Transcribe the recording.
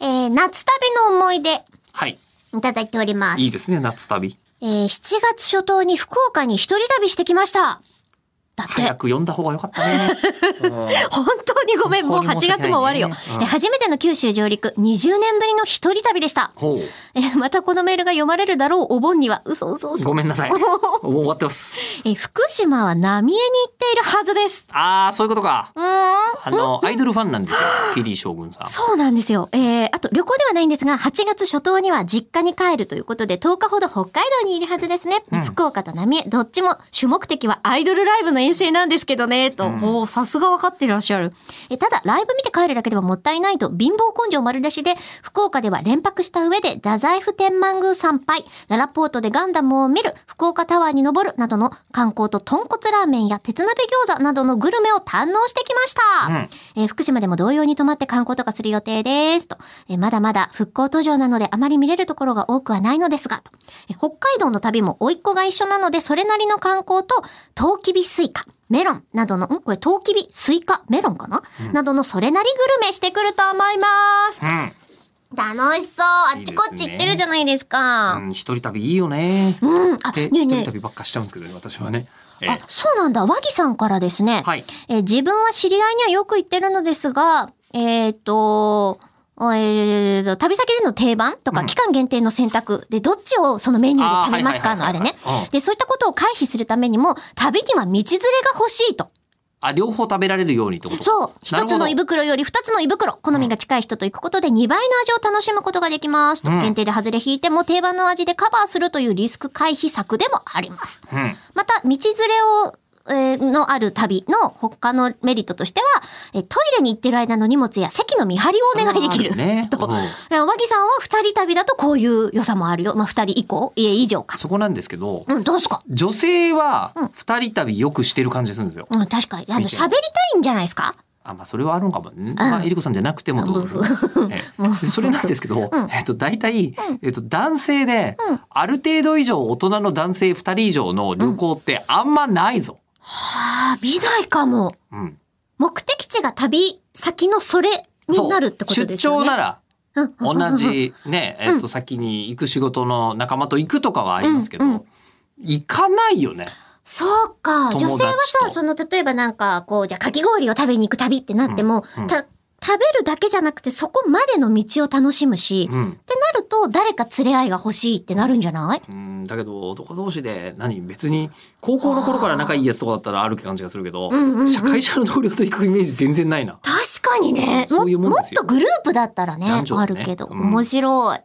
ー夏旅の思い出、はい。いただいております。いいですね、夏旅。えー7月初頭に福岡に一人旅してきました。だって、早く読んだ方が良かったね。うん本当にごめん、もう本8当に申し訳ないね月も終わるよ。うんえ初めての九州上陸、20年ぶりの一人旅でした。ほえーまたこのメールが読まれるだろうお盆には、嘘嘘う。嘘ご。めんな さい。もう終わってます。えー福島は浪江に行っているはずです。ああ、そういうことか。うーん。あの、アイドルファンなんですよ。キリー将軍さん。そうなんですよ。えー、あと旅行ではないんですが、8月初頭には実家に帰るということで、10日ほど北海道にいるはずですね。福岡と浪江、どっちも主目的はアイドルライブの遠征なんですけどね、と。おーさすが分かってらっしゃる。えただ、ライブ見て帰るだけではもったいないと、貧乏根性丸出しで、福岡では連泊した上で、太宰府天満宮参拝、ララポートでガンダムを見る、福岡タワーに登るなどの観光と豚骨ラーメンや鉄鍋餃子などのグルメを堪能してきました。うんえー福島でも同様に泊まって観光とかする予定ですと、えーまだまだ復興途上なのであまり見れるところが多くはないのですがと、えー北海道の旅も甥っ子が一緒なのでそれなりの観光とトウキビスイカメロンなどの、んこれ、トウキビ、スイカ、メロンかな、などのそれなりグルメしてくると思います。うん。楽しそう。あっちこっち行ってるじゃないですか。うん、一人旅いいよね。うん。あ、ねで、え一ね人え旅ばっかしちゃうんですけどね、私はね。えあ、そうなんだ。和木さんからですね。はいえー自分は知り合いにはよく行ってるのですが、えっ、と、えーと旅先での定番とかうん期間限定の選択でどっちをそのメニューで食べますかあーのはあいはれいはいはいねうん。で、そういったことを回避するためにも旅には道連れが欲しいと。あ、両方食べられるようにってことそう。なる一ほどつの胃袋より二つの胃袋。好みが近い人と行くことで2倍の味を楽しむことができます。とうん限定で外れ引いても定番の味でカバーするというリスク回避策でもあります。うん。また、道連れを、えーのある旅の他のメリットとしては、えートイレに行ってる間の荷物や席の見張りをお願いできる。それはあねと。うん和木さんは二人旅だとこういう良さもあるよ。まあ、二人以降いえ、以上か。そこなんですけど、うん、どうすか女性は二人旅よくしてる感じするんですよ。うん、確かに。あの、見てる喋りたいんじゃないですかあ、まあ、それはあるのかもね。まあ、えりこさんじゃなくてもどうぞえ えでそれなんですけど、えっと、大体、えっと、男性で、ある程度以上大人の男性二人以上の旅行ってあんまないぞ。ああ、見ないかも。うん。目的地が旅先のそれになるってことですよね。そう出張なら、うんうんうんうん同じね、えっと、先に行く仕事の仲間と行くとかはありますけど、うんうん行かないよね。そうか。女友達と性はさ、その、例えばなんか、こう、じゃあかき氷を食べに行く旅ってなっても、うんうんた、食べるだけじゃなくて、そこまでの道を楽しむし、うっん。てなると、誰か連れ合いが欲しいってなるんじゃないうん、だけど男同士で何別に高校の頃から仲いいやつとかだったらある感じがするけど、んうんうん社会者の同僚と行くイメージ全然ないな。確かにね。そういうもんもでっすよとグループだったらね、男女あはねるけど、うん面白い。